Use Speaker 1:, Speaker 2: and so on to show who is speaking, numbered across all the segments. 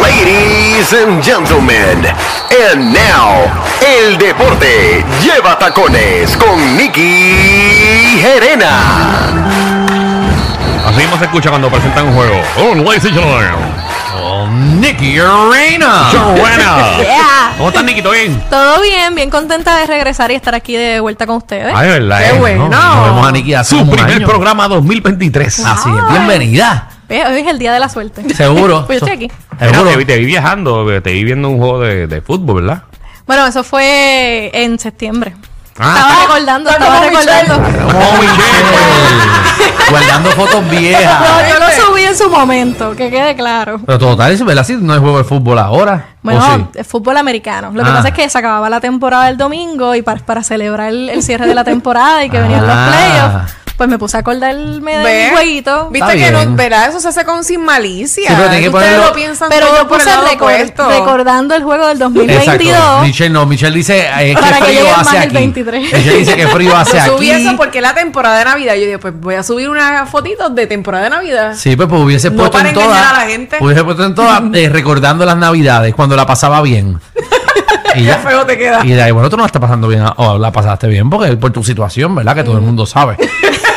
Speaker 1: Ladies and gentlemen, and now, el deporte lleva tacones con Nicky Gerena.
Speaker 2: Así mismo se escucha cuando presentan un juego. Oh, ladies and gentlemen. Oh, Nicky Arena.
Speaker 3: Yeah.
Speaker 2: ¿Cómo estás, Nicky? ¿Todo bien?
Speaker 3: Todo bien, bien contenta de regresar y estar aquí de vuelta con ustedes.
Speaker 4: Ah.
Speaker 2: Ay, verdad.
Speaker 3: Qué
Speaker 2: eh,
Speaker 3: bueno.
Speaker 2: No, no vemos a Nicky hace
Speaker 4: Su
Speaker 2: un
Speaker 4: primer
Speaker 2: año.
Speaker 4: programa 2023.
Speaker 2: Así es.
Speaker 4: Bienvenida.
Speaker 3: Eh, Hoy es el día de la suerte.
Speaker 4: Seguro.
Speaker 3: Pues yo estoy aquí.
Speaker 2: Mira,
Speaker 4: Seguro.
Speaker 2: te, vi, te vi viajando, te vi viendo un juego de, de fútbol, ¿verdad?
Speaker 3: Bueno, eso fue en septiembre.
Speaker 2: Ah,
Speaker 3: Estaba recordando, estaba recordando.
Speaker 4: Oh, Michelle. Guardando fotos
Speaker 3: No,
Speaker 4: viejas.
Speaker 3: yo lo subí en su momento, que quede claro.
Speaker 4: Pero total, es verdad, si no hay juego de fútbol ahora. ¿o Oh, sí?
Speaker 3: Bueno, es fútbol americano. Lo que
Speaker 4: Ah.
Speaker 3: pasa es que se acababa la temporada el domingo y para, para celebrar el, el cierre de la temporada y que venían los
Speaker 4: Ah.
Speaker 3: playoffs, pues me puse a acordarme
Speaker 5: ¿Ves?
Speaker 3: del jueguito.
Speaker 5: Viste
Speaker 4: Está
Speaker 5: que no,
Speaker 4: bien.
Speaker 5: ¿verdad? Eso se hace con sin malicia.
Speaker 4: Sí, pero tiene que
Speaker 5: Ustedes
Speaker 4: ponerlo-
Speaker 5: lo piensan
Speaker 3: Pero
Speaker 5: que
Speaker 3: yo
Speaker 5: por el
Speaker 3: puse
Speaker 5: lado
Speaker 3: recor-
Speaker 5: opuesto.
Speaker 3: recordando el juego del
Speaker 4: Exacto.
Speaker 3: 2022.
Speaker 4: Michelle no, Michelle dice eh,
Speaker 3: Para
Speaker 4: que
Speaker 3: que
Speaker 4: frío
Speaker 3: llegue más
Speaker 4: hace
Speaker 3: el
Speaker 4: aquí.
Speaker 3: 23.
Speaker 4: Michelle dice que frío hace
Speaker 5: Yo subí
Speaker 4: aquí.
Speaker 5: eso porque la temporada de Navidad. Yo dije, pues voy a subir unas fotitos de temporada de Navidad.
Speaker 4: Sí, pues, pues hubiese
Speaker 5: No
Speaker 4: puesto
Speaker 5: para
Speaker 4: en
Speaker 5: engañar
Speaker 4: todas.
Speaker 5: a la gente.
Speaker 4: Hubiese puesto en todas eh, recordando las navidades cuando la pasaba bien. Y ya.
Speaker 5: Qué feo te queda.
Speaker 4: Y de ahí, bueno, tú no la estás pasando bien, o la pasaste bien, porque por tu situación, ¿verdad? Que todo el mundo sabe.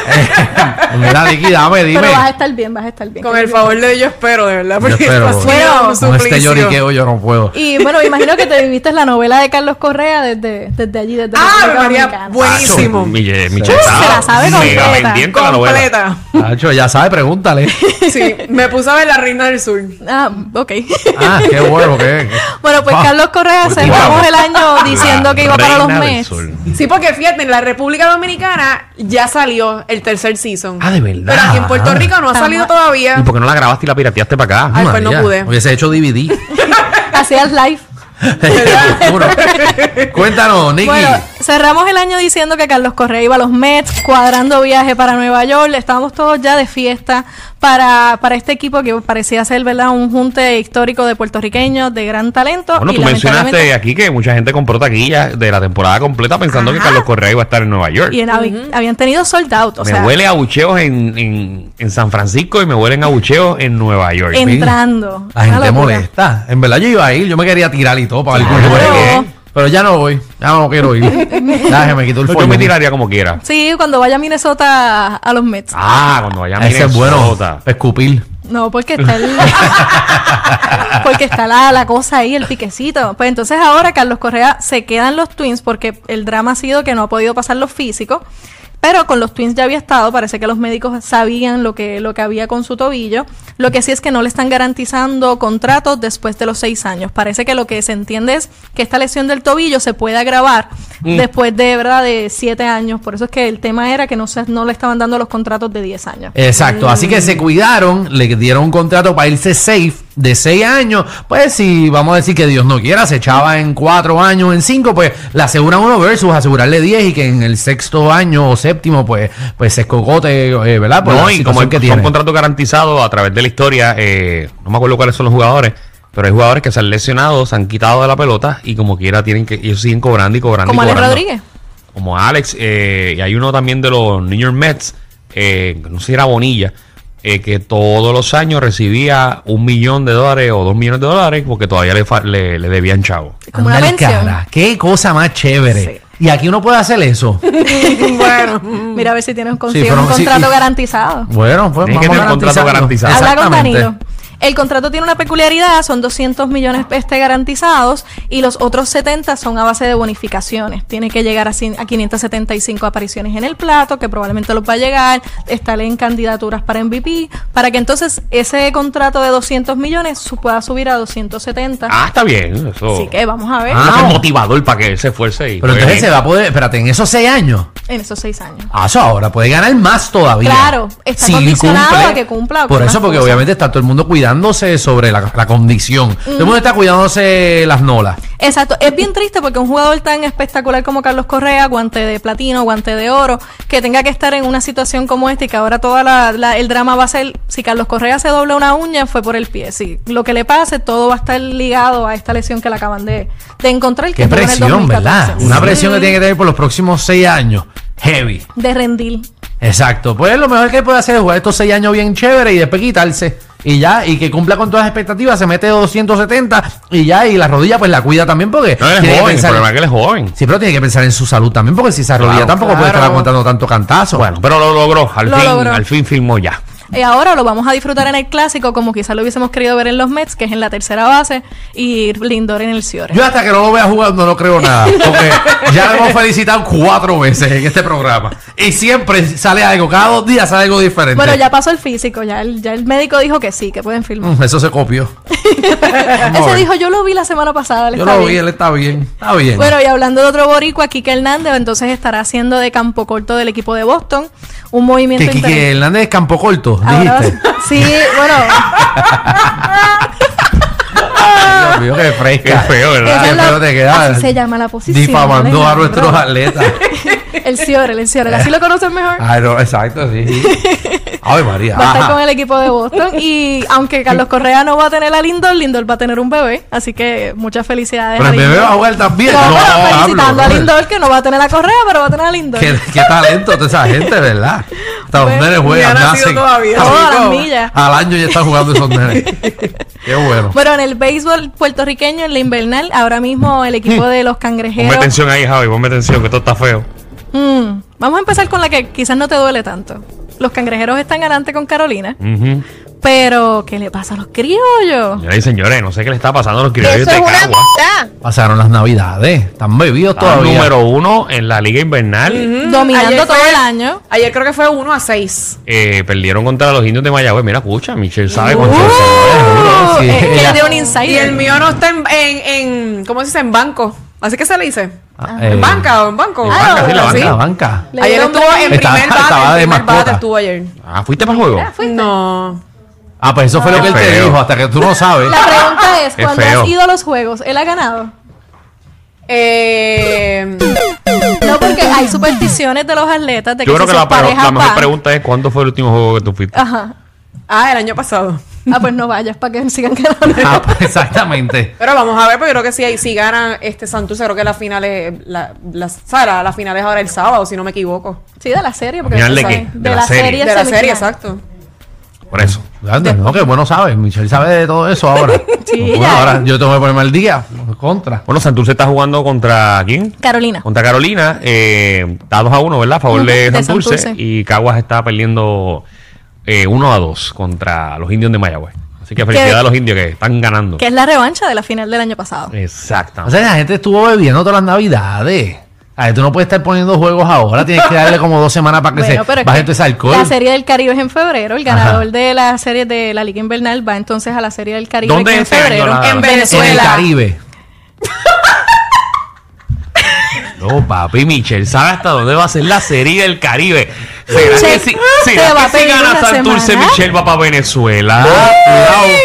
Speaker 4: Eh, Mira, Nicky, dame, dime.
Speaker 3: Pero vas a estar bien, vas a estar bien.
Speaker 5: Con el favor de ellos espero, de verdad. Porque
Speaker 4: espero.
Speaker 5: esto ha sido un
Speaker 4: Con este
Speaker 5: suplicio.
Speaker 4: lloriqueo yo no puedo.
Speaker 3: Y bueno, me imagino que te viviste la novela de Carlos Correa desde, desde allí, desde
Speaker 5: Ah,
Speaker 3: República
Speaker 5: María,
Speaker 3: Dominicana.
Speaker 5: bueno. buenísimo.
Speaker 2: Michelle,
Speaker 4: Uh,
Speaker 2: Michelle
Speaker 3: se la
Speaker 2: estaba
Speaker 3: sabe
Speaker 2: mega
Speaker 3: completa.
Speaker 2: pendiente de la novela.
Speaker 5: Completa.
Speaker 4: Nacho, ya sabe, pregúntale.
Speaker 5: Sí, me puse a ver La Reina del Sur.
Speaker 3: Ah, ok.
Speaker 4: Ah, qué bueno, qué.
Speaker 3: bueno, pues
Speaker 4: Ah,
Speaker 3: Carlos Correa
Speaker 2: pues,
Speaker 3: cerramos
Speaker 2: wow.
Speaker 3: el año diciendo que iba para los
Speaker 2: Reina del
Speaker 3: meses.
Speaker 2: Sur.
Speaker 5: Sí, porque fíjate, en la República Dominicana ya salió el tercer season.
Speaker 4: Ah, de verdad.
Speaker 5: Pero aquí en Puerto Rico no ha
Speaker 3: Estamos-
Speaker 5: salido todavía.
Speaker 2: ¿Y por qué no la grabaste y la pirateaste para acá?
Speaker 5: Ay, pues no
Speaker 4: María,
Speaker 5: pude.
Speaker 4: Hubiese hecho DVD.
Speaker 3: Hacías live.
Speaker 4: Seguro. Cuéntanos, Nicky.
Speaker 3: Bueno, cerramos el año diciendo que Carlos Correa iba a los Mets, cuadrando viaje para Nueva York. Estábamos todos ya de fiesta para, para este equipo que parecía ser, ¿verdad? Un junte histórico de puertorriqueños, de gran talento.
Speaker 2: Bueno,
Speaker 3: y
Speaker 2: tú
Speaker 3: lamentablemente-
Speaker 2: mencionaste aquí que mucha gente compró taquillas de la temporada completa pensando que Carlos Correa iba a estar en Nueva York.
Speaker 3: Y en- habían tenido sold out. O
Speaker 2: me
Speaker 3: sea,
Speaker 2: huele a bucheos en, en, en San Francisco y me huelen a bucheos en Nueva York.
Speaker 3: entrando.
Speaker 4: La gente
Speaker 3: Una locura.
Speaker 4: molesta. En verdad yo iba a ir, yo me quería tirar y todo para ver cómo
Speaker 3: Claro.
Speaker 4: fue. Pero ya no voy, ya no quiero ir. Ya se me quitó el
Speaker 2: Yo me
Speaker 4: follón.
Speaker 2: tiraría como quiera.
Speaker 3: Sí, cuando vaya a Minnesota a los Mets.
Speaker 2: Ah, cuando vaya a
Speaker 4: Ese es bueno,
Speaker 2: Minnesota.
Speaker 4: pa' escupir.
Speaker 3: No, porque está el, porque está la, la cosa ahí, el piquecito. Pues entonces ahora Carlos Correa se quedan los Twins porque el drama ha sido que no ha podido pasar los físicos. Pero con los Twins ya había estado, parece que los médicos sabían lo que, lo que había con su tobillo. Lo que sí es que no le están garantizando contratos después de los seis años. Parece que lo que se entiende es que esta lesión del tobillo se puede agravar después de, ¿verdad?, de siete años. Por eso es que el tema era que no, se, no le estaban dando los contratos de diez años.
Speaker 4: Exacto, así que se cuidaron, le dieron un contrato para irse safe de seis años. Pues si vamos a decir que Dios no quiera, se echaba en cuatro años, en cinco, pues le aseguran uno versus asegurarle diez y que en el sexto año o séptimo, pues, pues se escogote, eh, ¿verdad? Por
Speaker 2: No,
Speaker 4: la
Speaker 2: y
Speaker 4: situación
Speaker 2: como
Speaker 4: que
Speaker 2: que
Speaker 4: tiene.
Speaker 2: son contratos garantizados a través de la historia, eh, no me acuerdo cuáles son los jugadores, pero hay jugadores que se han lesionado, se han quitado de la pelota y como quiera tienen que, ellos siguen cobrando y cobrando.
Speaker 3: Como
Speaker 2: y
Speaker 3: Alex
Speaker 2: cobrando.
Speaker 3: Rodríguez.
Speaker 2: Como Alex, eh, y hay uno también de los New York Mets, eh, no sé si era Bonilla, eh, que todos los años recibía un millón de dólares o dos millones de dólares porque todavía le, fa- le, le debían chavo.
Speaker 3: como una
Speaker 4: Anda al
Speaker 3: pensión.
Speaker 4: cara, qué cosa más chévere. Y aquí uno puede hacer eso.
Speaker 5: bueno.
Speaker 3: Mira a ver si tienes
Speaker 4: pero
Speaker 3: consigo un
Speaker 4: sí,
Speaker 3: contrato
Speaker 4: y-
Speaker 3: garantizado.
Speaker 4: Bueno, pues
Speaker 2: Tiene que tener
Speaker 4: vamos
Speaker 2: un contrato
Speaker 4: garantizando.
Speaker 2: garantizado.
Speaker 3: Habla con
Speaker 4: Exactamente.
Speaker 3: Danilo. El contrato tiene una peculiaridad, son 200 millones este, garantizados y los otros 70 son a base de bonificaciones. Tiene que llegar a, cin- a 575 apariciones en el plato, que probablemente los va a llegar, estar en candidaturas para MVP, para que entonces ese contrato de 200 millones su- pueda subir a 270.
Speaker 2: Ah, está bien. Eso.
Speaker 3: Así que vamos a ver
Speaker 2: Ah, eso
Speaker 4: Ah.
Speaker 2: es motivador para que él se esfuerce. Y
Speaker 4: Pero
Speaker 2: juegue.
Speaker 4: entonces se va a poder, espérate, en esos seis años.
Speaker 3: en esos seis años.
Speaker 4: Ah, eso ahora puede ganar más todavía.
Speaker 3: Claro, está condicionado a que cumpla
Speaker 4: Por
Speaker 3: con
Speaker 4: eso,
Speaker 3: más
Speaker 4: porque
Speaker 3: cosas.
Speaker 4: obviamente está todo el mundo cuidándose sobre la, la condición. Todo el mundo está cuidándose las nolas.
Speaker 3: Exacto, es bien triste porque un jugador tan espectacular como Carlos Correa, guante de platino, guante de oro, que tenga que estar en una situación como esta y que ahora todo el drama va a ser, si Carlos Correa se dobla una uña fue por el pie, si lo que le pase todo va a estar ligado a esta lesión que le acaban de, de encontrar. que
Speaker 4: Qué
Speaker 3: tuvo en el
Speaker 4: presión,
Speaker 3: 2014.
Speaker 4: ¿verdad? Una
Speaker 3: Sí.
Speaker 4: presión que tiene que tener por los próximos seis años. Heavy.
Speaker 3: De rendir.
Speaker 4: Exacto. Pues lo mejor que puede hacer es jugar estos seis años bien chévere y después quitarse. Y ya, y que cumpla con todas las expectativas, se mete 270 y ya, y la rodilla pues la cuida también porque...
Speaker 2: No, él
Speaker 4: tiene
Speaker 2: es
Speaker 4: que
Speaker 2: joven. El
Speaker 4: pensar-
Speaker 2: problema es que él es joven.
Speaker 4: Sí, pero tiene que pensar en su salud también porque si esa rodilla
Speaker 2: Claro,
Speaker 4: tampoco puede estar
Speaker 2: claro.
Speaker 4: aguantando tanto cantazo.
Speaker 2: Bueno, pero lo logró. Al,
Speaker 3: Lo
Speaker 2: fin,
Speaker 3: logró.
Speaker 2: al fin firmó ya.
Speaker 3: Y Eh, ahora lo vamos a disfrutar en el clásico como quizás lo hubiésemos querido ver en los Mets, que es en la tercera base, y Lindor en el Ciore.
Speaker 4: Yo hasta que no lo vea jugando no creo nada. Porque ya lo hemos felicitado cuatro veces en este programa. Y siempre sale algo, cada dos días sale algo diferente.
Speaker 3: Bueno, ya pasó el físico, ya el, ya el médico dijo que sí, que pueden filmar.
Speaker 4: Mm, Eso se copió. Vamos a
Speaker 3: Ese
Speaker 4: ver.
Speaker 3: dijo, yo lo vi la semana pasada. él
Speaker 4: Yo
Speaker 3: está
Speaker 4: lo vi,
Speaker 3: bien".
Speaker 4: él está bien. Está bien.
Speaker 3: Bueno, y hablando de otro boricua, Kike Hernández, entonces estará haciendo de campo corto del equipo de Boston un movimiento
Speaker 4: que Quique
Speaker 3: interesante.
Speaker 4: Hernández es campo corto,
Speaker 3: Ahora
Speaker 4: dijiste.
Speaker 3: va- Sí, bueno,
Speaker 4: Ay, Dios mío, qué
Speaker 2: Qué
Speaker 4: fresca.
Speaker 2: feo, ¿verdad?
Speaker 3: esa
Speaker 4: Qué
Speaker 3: es la- Ah,
Speaker 4: feo te queda.
Speaker 3: así se llama la posición.
Speaker 4: Difamando a
Speaker 3: Alejandro.
Speaker 4: nuestros atletas.
Speaker 3: El Ciorel, el Ciorel, así lo conocen mejor.
Speaker 4: Ay, no, exacto, sí. sí. Ay, María.
Speaker 3: Va a estar
Speaker 4: ajá.
Speaker 3: con el equipo de Boston y aunque Carlos Correa no va a tener a Lindor, Lindor va a tener un bebé, así que muchas felicidades.
Speaker 4: Pero
Speaker 3: a
Speaker 4: el bebé
Speaker 3: Lindor.
Speaker 4: va a jugar también.
Speaker 3: No,
Speaker 4: No,
Speaker 3: pero
Speaker 4: hablo,
Speaker 3: felicitando a
Speaker 4: brother.
Speaker 3: Lindor que no va a tener a Correa, pero va a tener a Lindor.
Speaker 4: qué, qué talento toda esa gente, ¿verdad? Hasta los
Speaker 3: Bueno,
Speaker 4: nenes juegan,
Speaker 5: ni ha nacido
Speaker 4: nacen.
Speaker 5: todavía.
Speaker 4: así
Speaker 3: Todas las
Speaker 4: como
Speaker 3: millas.
Speaker 4: Al año ya están jugando esos nenes. Qué bueno.
Speaker 3: Bueno, en el béisbol puertorriqueño, en la invernal, ahora mismo el equipo de los
Speaker 2: Hmm. Ponme
Speaker 3: cangrejeros.
Speaker 2: atención ahí, Javi. Ponme atención, que esto está feo.
Speaker 3: Mm, vamos a empezar con la que quizás no te duele tanto. Los cangrejeros están adelante con Carolina,
Speaker 2: Ujú.
Speaker 3: pero ¿qué le pasa a los criollos?
Speaker 2: Señoras y señores, no sé qué le está pasando a los
Speaker 6: Que
Speaker 2: criollos
Speaker 6: eso es
Speaker 2: de
Speaker 6: una
Speaker 2: Caguas.
Speaker 4: ¿ah?
Speaker 6: cosa.
Speaker 4: Pasaron las navidades. Están bebidos
Speaker 2: Estaba
Speaker 4: todavía.
Speaker 2: número uno en la liga invernal.
Speaker 3: Dominando
Speaker 5: Hmm, Ayer
Speaker 3: todo
Speaker 5: fue-
Speaker 3: el año.
Speaker 5: Ayer creo que fue 1 a 6.
Speaker 2: Eh, perdieron contra los indios de Mayagüez. Mira, escucha, Michelle sabe cuánto
Speaker 4: Uh.
Speaker 3: Uh,
Speaker 4: Sí,
Speaker 3: es que
Speaker 4: ella-
Speaker 3: es de un
Speaker 5: Y el
Speaker 3: insider.
Speaker 5: mío no está en, en, en- ¿cómo se dice? En banco. Así que se le dice.
Speaker 4: Ah, eh,
Speaker 5: en banca o en banco.
Speaker 2: en banca, sí, la
Speaker 5: ¿Sí?
Speaker 2: banca,
Speaker 4: La banca.
Speaker 3: Ah, Le
Speaker 5: Ayer
Speaker 3: dieron
Speaker 5: estuvo en
Speaker 3: banca.
Speaker 4: Estaba-
Speaker 5: primer bate.
Speaker 4: estaba de
Speaker 5: en primer
Speaker 4: mascota.
Speaker 5: bate estuvo ayer.
Speaker 2: Ah, ¿fuiste para el juego?
Speaker 5: No.
Speaker 4: Ah, pues eso fue lo que él te
Speaker 2: Feo.
Speaker 4: dijo, hasta que tú no sabes.
Speaker 3: La pregunta es,
Speaker 2: Qué
Speaker 3: ¿cuándo
Speaker 2: feo.
Speaker 3: has ido a los juegos? ¿Él ha ganado?
Speaker 5: Eh,
Speaker 3: No, porque hay supersticiones de los atletas de que
Speaker 2: Yo creo
Speaker 3: si
Speaker 2: que la,
Speaker 3: sus
Speaker 2: pre-
Speaker 3: parejas
Speaker 2: la mejor
Speaker 3: van-
Speaker 2: pregunta es ¿cuándo fue el último juego que tú fuiste?
Speaker 3: Ajá.
Speaker 5: ah, el año pasado.
Speaker 3: Ah, pues no vayas para que sigan ganando.
Speaker 4: Ah, pues, exactamente.
Speaker 5: Pero vamos a ver, porque yo creo que si, si ganan este Santurce, creo que la final es, la, la, ¿sabes? la, la final es ahora el sábado, si no me equivoco.
Speaker 3: Sí, de la serie. Porque
Speaker 2: ¿Final
Speaker 3: no
Speaker 2: de
Speaker 3: sabe.
Speaker 2: qué? De la serie.
Speaker 5: De la serie, exacto.
Speaker 2: Por eso.
Speaker 4: Anda, No, que bueno sabes. Michelle sabe de todo eso ahora. Bueno,
Speaker 3: ya.
Speaker 4: ahora yo te voy a poner mal día. Contra.
Speaker 2: Bueno, Santurce está jugando contra quién?
Speaker 3: Carolina.
Speaker 2: Contra Carolina. Eh, da 2 a 1, ¿verdad? A favor
Speaker 3: Ujú,
Speaker 2: de,
Speaker 3: de
Speaker 2: Santurce,
Speaker 3: Santurce.
Speaker 2: Y Caguas está perdiendo eh, 1 a 2 contra los indios de Mayagüez. Así que felicidades a los indios que están ganando.
Speaker 3: Que es la revancha de la final del año pasado.
Speaker 4: O
Speaker 2: Exactamente.
Speaker 4: sea, la gente estuvo bebiendo todas las navidades. A ver, tú no puedes estar poniendo juegos ahora. Tienes que darle como dos semanas para que
Speaker 3: Bueno, pero
Speaker 4: se
Speaker 3: es
Speaker 4: baje
Speaker 3: que
Speaker 4: todo ese alcohol.
Speaker 3: la serie del Caribe es en febrero. El ganador
Speaker 4: Ajá.
Speaker 3: de la serie de la Liga Invernal va entonces a la serie del Caribe
Speaker 2: ¿Dónde
Speaker 3: que
Speaker 2: es este año la-
Speaker 5: En
Speaker 4: en el
Speaker 5: Venezuela.
Speaker 4: Caribe.
Speaker 2: No, papi, Michelle sabe hasta dónde va a ser la serie del Caribe. ¿Será
Speaker 3: Che,
Speaker 2: que si,
Speaker 3: te
Speaker 2: será
Speaker 3: va a
Speaker 2: que si
Speaker 3: pedir
Speaker 2: gana
Speaker 3: una
Speaker 2: Santurce,
Speaker 3: semana.
Speaker 2: Michelle va para Venezuela?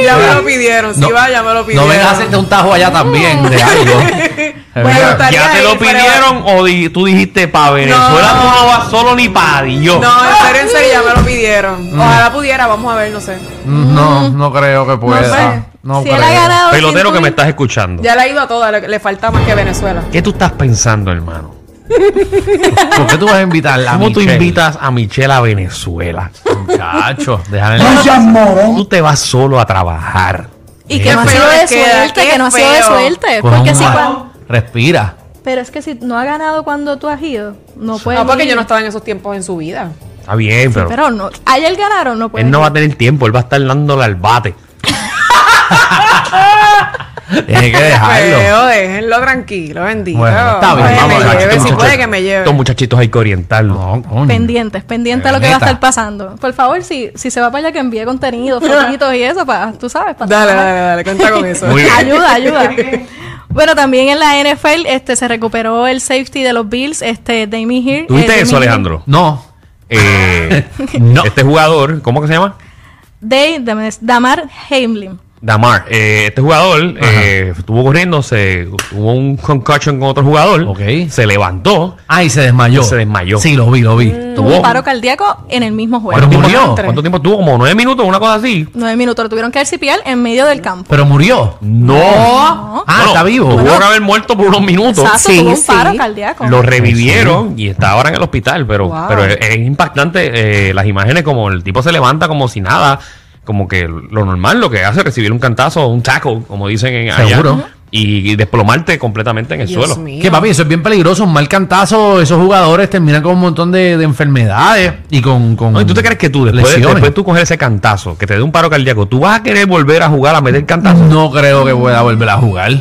Speaker 5: Ya me lo pidieron, si va, ya me lo
Speaker 4: No
Speaker 5: pidieron.
Speaker 4: vengas a hacerte un tajo allá también de algo.
Speaker 5: Bueno,
Speaker 4: Mira,
Speaker 5: está-
Speaker 2: ¿Ya
Speaker 5: Estaría
Speaker 2: te
Speaker 5: ahí,
Speaker 2: lo
Speaker 5: pero-
Speaker 2: pidieron o di- tú dijiste para Venezuela?
Speaker 5: No.
Speaker 2: Tú no vas solo ni para Dios.
Speaker 5: No, en serio, en serio, ya me lo
Speaker 4: Mm.
Speaker 5: pidieron. Ojalá pudiera, vamos a ver, no sé.
Speaker 4: No, no creo que pueda.
Speaker 3: Mm.
Speaker 4: No,
Speaker 3: Ah, si
Speaker 4: creo.
Speaker 3: él ha ganado.
Speaker 2: Pelotero
Speaker 3: sin
Speaker 2: que me
Speaker 3: tú-
Speaker 2: estás escuchando.
Speaker 5: Ya le ha ido a todas, le, le falta más que Venezuela.
Speaker 2: ¿Qué tú estás pensando, hermano?
Speaker 4: ¿Por qué tú vas a invitarla? a
Speaker 2: ¿Cómo tú
Speaker 4: Michelle?
Speaker 2: invitas a Michelle a Venezuela?
Speaker 4: Muchacho, déjale.
Speaker 2: Tú te vas solo a trabajar.
Speaker 3: Y que no ha
Speaker 5: Qué
Speaker 3: sido
Speaker 5: feo
Speaker 3: de
Speaker 5: les queda,
Speaker 3: suerte,
Speaker 5: qué
Speaker 3: que no ha sido de
Speaker 5: feo.
Speaker 3: suerte.
Speaker 4: Coja
Speaker 3: Porque
Speaker 4: un
Speaker 3: si
Speaker 4: mar.
Speaker 3: cuan-
Speaker 4: Respira.
Speaker 3: Pero es que si no ha ganado cuando tú has ido, no puede.
Speaker 5: No, porque yo no estaba en esos tiempos en su vida.
Speaker 2: Está bien, pero,
Speaker 3: Pero no, ayer ganaron, no puede.
Speaker 2: él no va a tener tiempo. Él va a estar dándole al bate.
Speaker 4: Tiene que dejarlo.
Speaker 5: Pero Pues, déjenlo tranquilo, bendito.
Speaker 4: Bueno, está bien,
Speaker 5: Que
Speaker 4: vamos, este
Speaker 5: me
Speaker 4: muchachos,
Speaker 5: lleve, si
Speaker 4: muchachos.
Speaker 5: puede que me lleve.
Speaker 2: Estos muchachitos hay que orientarlos.
Speaker 4: No, coño.
Speaker 3: Pendientes, pendientes a lo que va a
Speaker 4: Neta.
Speaker 3: estar pasando. Por favor, si, si se va para allá, que envíe contenido, fotitos y eso, para, tú sabes, para
Speaker 5: Dale, dale, dale, cuenta con eso.
Speaker 4: Muy bien.
Speaker 3: Ayuda, ayuda. Bueno, también en la NFL este, se recuperó el safety de los Bills, este, Damien Hill.
Speaker 2: ¿Tuviste eso, Alejandro?
Speaker 4: No.
Speaker 2: Eh, Este jugador, ¿cómo que se llama?
Speaker 3: De Dam- Damar Hamlin.
Speaker 2: Damar. Eh, este jugador eh, estuvo corriendo, se, hubo un concussion con otro jugador.
Speaker 4: Ok.
Speaker 2: Se levantó.
Speaker 4: Ay, se desmayó.
Speaker 2: Se desmayó.
Speaker 4: Sí, lo vi, lo vi.
Speaker 3: Tuvo un paro cardíaco en el mismo juego.
Speaker 4: Pero
Speaker 2: ¿Cuánto tiempo-
Speaker 4: murió.
Speaker 2: ¿Cuánto tiempo tuvo? Como nueve minutos, una cosa así.
Speaker 3: Nueve minutos. Lo tuvieron que arcipiar en medio del campo.
Speaker 4: Pero murió.
Speaker 2: No.
Speaker 4: Ah, está vivo.
Speaker 2: Tuvo que haber muerto por unos minutos.
Speaker 3: Exacto,
Speaker 5: Sí,
Speaker 3: tuvo un
Speaker 5: sí.
Speaker 3: paro cardíaco.
Speaker 2: Oh, Lo revivieron y está ahora en el hospital, pero,
Speaker 5: Wow.
Speaker 2: pero es, es impactante eh, las imágenes como el tipo se levanta como si nada, como que lo normal, lo que hace es recibir un cantazo, un taco, como dicen en allá,
Speaker 4: Seguro.
Speaker 2: y, y desplomarte completamente en el
Speaker 5: Dios
Speaker 2: suelo.
Speaker 5: mío.
Speaker 4: Que papi, eso es bien peligroso. Un mal cantazo, esos jugadores terminan con un montón de, de enfermedades y con. con
Speaker 2: No, ¿Y tú te crees que tú, después,
Speaker 4: lesiones.
Speaker 2: después tú coger ese cantazo, que te dé un paro cardíaco, tú vas a querer volver a jugar a meter cantazo?
Speaker 4: No creo que pueda Mm. volver a jugar.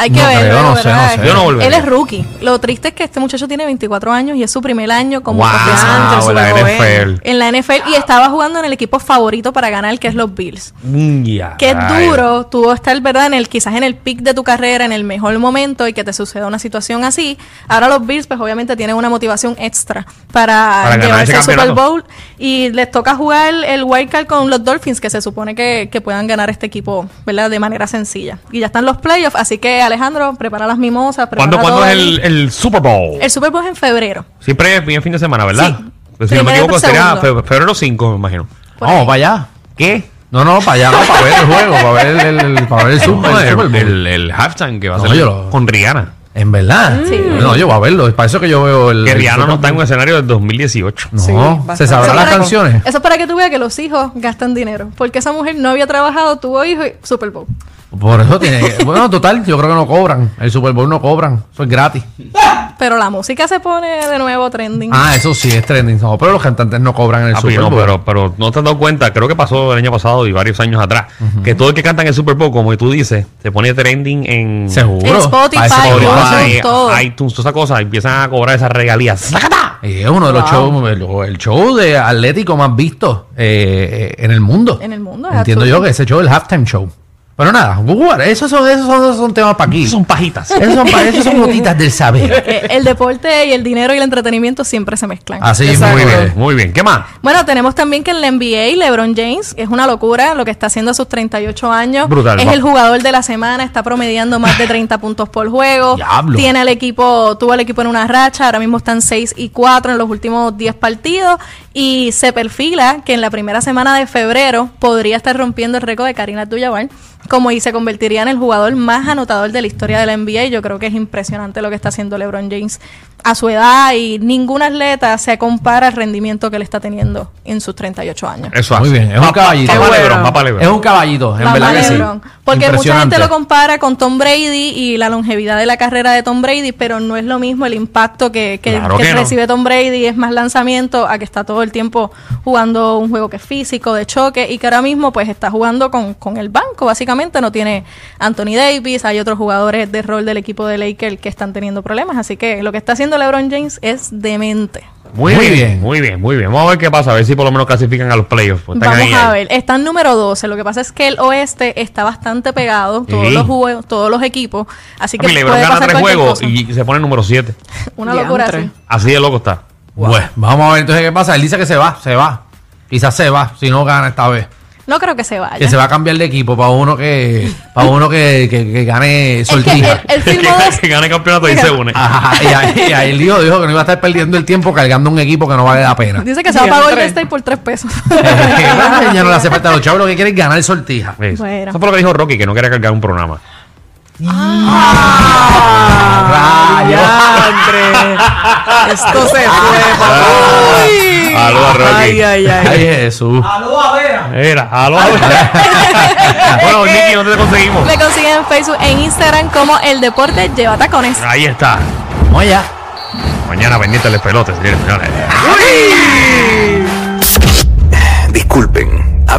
Speaker 3: Hay que
Speaker 4: No
Speaker 3: verlo,
Speaker 4: creo, no sé,
Speaker 3: ¿verdad?
Speaker 4: no
Speaker 2: sé. Yo no volvería.
Speaker 3: Él es rookie. Lo triste es que este muchacho tiene 24 años y es su primer año como profesional
Speaker 2: wow,
Speaker 5: súper
Speaker 2: la
Speaker 5: joven.
Speaker 2: NFL.
Speaker 3: en la NFL y estaba jugando en el equipo favorito para ganar, que es los Bills.
Speaker 2: Mm, ya,
Speaker 3: Qué
Speaker 2: ay.
Speaker 3: duro tú estar, ¿verdad? En el, quizás en el pic de tu carrera, en el mejor momento y que te suceda una situación así. Ahora los Bills, pues obviamente tienen una motivación extra para,
Speaker 2: Para ganar
Speaker 3: llevarse
Speaker 2: ese
Speaker 3: al Super
Speaker 2: campeonato.
Speaker 3: Bowl y les toca jugar el wild card con los Dolphins, que se supone que, que puedan ganar este equipo, ¿verdad? De manera sencilla. Y ya están los playoffs, así que Alejandro, prepara las mimosas. Prepara
Speaker 2: ¿Cuándo, cuándo
Speaker 3: todo
Speaker 2: es
Speaker 3: ahí.
Speaker 2: el, el Super Bowl?
Speaker 3: El Super Bowl es en febrero.
Speaker 2: Siempre es bien fin de semana, ¿verdad?
Speaker 3: Sí.
Speaker 2: Pues si no me
Speaker 3: Primero,
Speaker 2: equivoco, será
Speaker 3: segundo.
Speaker 2: fe- febrero 5, me imagino.
Speaker 3: por
Speaker 4: Vamos
Speaker 3: ahí.
Speaker 4: para allá.
Speaker 2: ¿Qué?
Speaker 4: No, no, para allá, no, para ver el juego, para ver el, el- para ver el Super,
Speaker 2: No,
Speaker 4: el Super
Speaker 2: el,
Speaker 4: Bowl.
Speaker 2: el, el halftime que va a
Speaker 4: No,
Speaker 2: ser
Speaker 4: yo lo-
Speaker 2: con Rihanna.
Speaker 4: En verdad. No, yo voy a verlo. Es para eso que yo veo el.
Speaker 2: Que
Speaker 4: el
Speaker 2: Rihanna
Speaker 4: Super
Speaker 2: no está en un
Speaker 4: Bowl.
Speaker 2: escenario del 2018.
Speaker 4: No,
Speaker 5: Sí,
Speaker 4: se
Speaker 5: bastante.
Speaker 4: sabrán las
Speaker 3: para-
Speaker 4: canciones.
Speaker 3: Eso es para que tú veas que los hijos gastan dinero. Porque esa mujer no había trabajado, tuvo hijos y Super Bowl.
Speaker 4: Por eso tiene que- Bueno, total, yo creo que no cobran. El Super Bowl no cobran. Eso es gratis.
Speaker 3: Pero la música se pone de nuevo trending.
Speaker 4: Ah, eso sí, es trending. No, pero los cantantes no cobran en el
Speaker 2: Ah,
Speaker 4: Super
Speaker 2: pero no,
Speaker 4: Bowl.
Speaker 2: pero, pero no te has dado cuenta, creo que pasó el año pasado y varios años atrás, que todo el que canta en el Super Bowl, como tú dices, se pone trending en
Speaker 4: Seguro.
Speaker 3: En Spotify,
Speaker 4: para eso
Speaker 3: Ay,
Speaker 4: cobran.
Speaker 3: Spotify.
Speaker 2: Spotify,
Speaker 3: todo.
Speaker 2: iTunes, toda esa cosa, empiezan a cobrar esas regalías. ¡Zacata!
Speaker 4: Y Eh, es uno de los shows, el, el show de Atlético más visto eh, eh, en el mundo.
Speaker 3: En el mundo, es
Speaker 4: Entiendo yo
Speaker 3: absurdo.
Speaker 4: que ese show es el halftime show. Pero nada, Google, esos son, esos son, esos son temas para aquí.
Speaker 2: Esas Son pajitas.
Speaker 4: Esos son, pa- esos son gotitas del saber.
Speaker 3: Que Eh, el deporte y el dinero y el entretenimiento siempre se mezclan.
Speaker 4: Así,
Speaker 5: Exacto.
Speaker 4: muy
Speaker 2: Muy
Speaker 4: bien.
Speaker 2: bien, muy bien. ¿Qué más?
Speaker 3: Bueno, tenemos también que en la NBA, LeBron James, es una locura lo que está haciendo a sus 38 años.
Speaker 2: Brutal,
Speaker 3: es
Speaker 2: va.
Speaker 3: el jugador de la semana, está promediando más de 30 puntos por juego.
Speaker 4: Diablo.
Speaker 3: Tiene al equipo, tuvo al equipo en una racha, ahora mismo están 6 y 4 en los últimos 10 partidos y se perfila que en la primera semana de febrero podría estar rompiendo el récord de Karina Abdul-Jabbar, como y se convertiría en el jugador más anotador de la historia de la NBA y yo creo que es impresionante lo que está haciendo LeBron James a su edad y ningún atleta se compara al rendimiento que le está teniendo en sus 38 años.
Speaker 2: Eso
Speaker 4: Muy
Speaker 2: hace.
Speaker 4: bien, es un
Speaker 2: Pa- pa-
Speaker 4: caballito.
Speaker 2: Papá
Speaker 4: Qué
Speaker 2: Lebron,
Speaker 5: bueno.
Speaker 2: papá Lebron.
Speaker 4: Es un caballito, en
Speaker 3: Papá
Speaker 4: verdad que sí.
Speaker 3: LeBron. Porque mucha
Speaker 4: Impresionante.
Speaker 3: gente lo compara con Tom Brady y la longevidad de la carrera de Tom Brady, pero no es lo mismo el impacto que, que-
Speaker 2: Claro
Speaker 3: que
Speaker 2: que no.
Speaker 3: recibe Tom Brady, es más lanzamiento a que está todo el tiempo jugando un juego que es físico, de choque, y que ahora mismo pues está jugando con, con el banco, básicamente no tiene Anthony Davis, hay otros jugadores de rol del equipo de Lakers que están teniendo problemas, así que lo que está haciendo LeBron James es demente.
Speaker 2: Muy,
Speaker 4: Muy
Speaker 2: bien,
Speaker 4: bien.
Speaker 2: muy bien, muy bien. Vamos a ver qué pasa, a ver si por lo menos clasifican a los playoffs. pues, están
Speaker 3: Vamos
Speaker 2: ahí,
Speaker 3: a
Speaker 2: ahí.
Speaker 3: ver, está en número 12. Lo que pasa es que el oeste está bastante pegado, todos
Speaker 2: Sí.
Speaker 3: los juegos, todos los equipos. Así que
Speaker 2: Papi,
Speaker 3: puede
Speaker 2: Lebron gana
Speaker 3: pasar
Speaker 2: tres
Speaker 3: cualquier
Speaker 2: juegos
Speaker 3: cosa.
Speaker 2: y se pone número 7.
Speaker 3: Una locura
Speaker 5: Diantre.
Speaker 3: así.
Speaker 2: Así de loco está.
Speaker 4: Bueno, vamos a ver entonces qué pasa. Él dice que se va, se va. Quizás se va, si no gana esta vez.
Speaker 3: No creo que se
Speaker 4: Que
Speaker 3: vaya.
Speaker 4: se va a cambiar de equipo para uno que, para uno que, que- que gane
Speaker 3: es que
Speaker 4: sortija.
Speaker 3: él, él
Speaker 2: que,
Speaker 3: firmó dos- Ah.
Speaker 2: que gane el campeonato y se une.
Speaker 4: Ajá, y ahí, y ahí el hijo dijo que no iba a estar perdiendo el tiempo cargando un equipo que no vale la pena.
Speaker 3: Dice que se va a
Speaker 5: Diantre.
Speaker 3: pagar el State por tres pesos.
Speaker 4: ya no le hace falta a los chavos, lo que quiere es ganar sortija.
Speaker 2: Eso.
Speaker 3: Bueno.
Speaker 2: Eso fue lo que dijo Rocky, que no quería cargar un programa.
Speaker 4: Ah.
Speaker 5: Diantre. Esto se fue, papá. Uy.
Speaker 2: Saludos,
Speaker 5: Ay,
Speaker 2: Rocky.
Speaker 4: Ay,
Speaker 5: ay, ay.
Speaker 4: Jesús.
Speaker 2: Era, aló. bueno, Nicky, ¿dónde te conseguimos?
Speaker 3: Me consiguen en Facebook e Instagram como El Deporte Lleva Tacones.
Speaker 2: Ahí está.
Speaker 4: Vamos allá.
Speaker 2: Mañana pendiente los pelotes, señores y señores.
Speaker 1: Disculpen, a A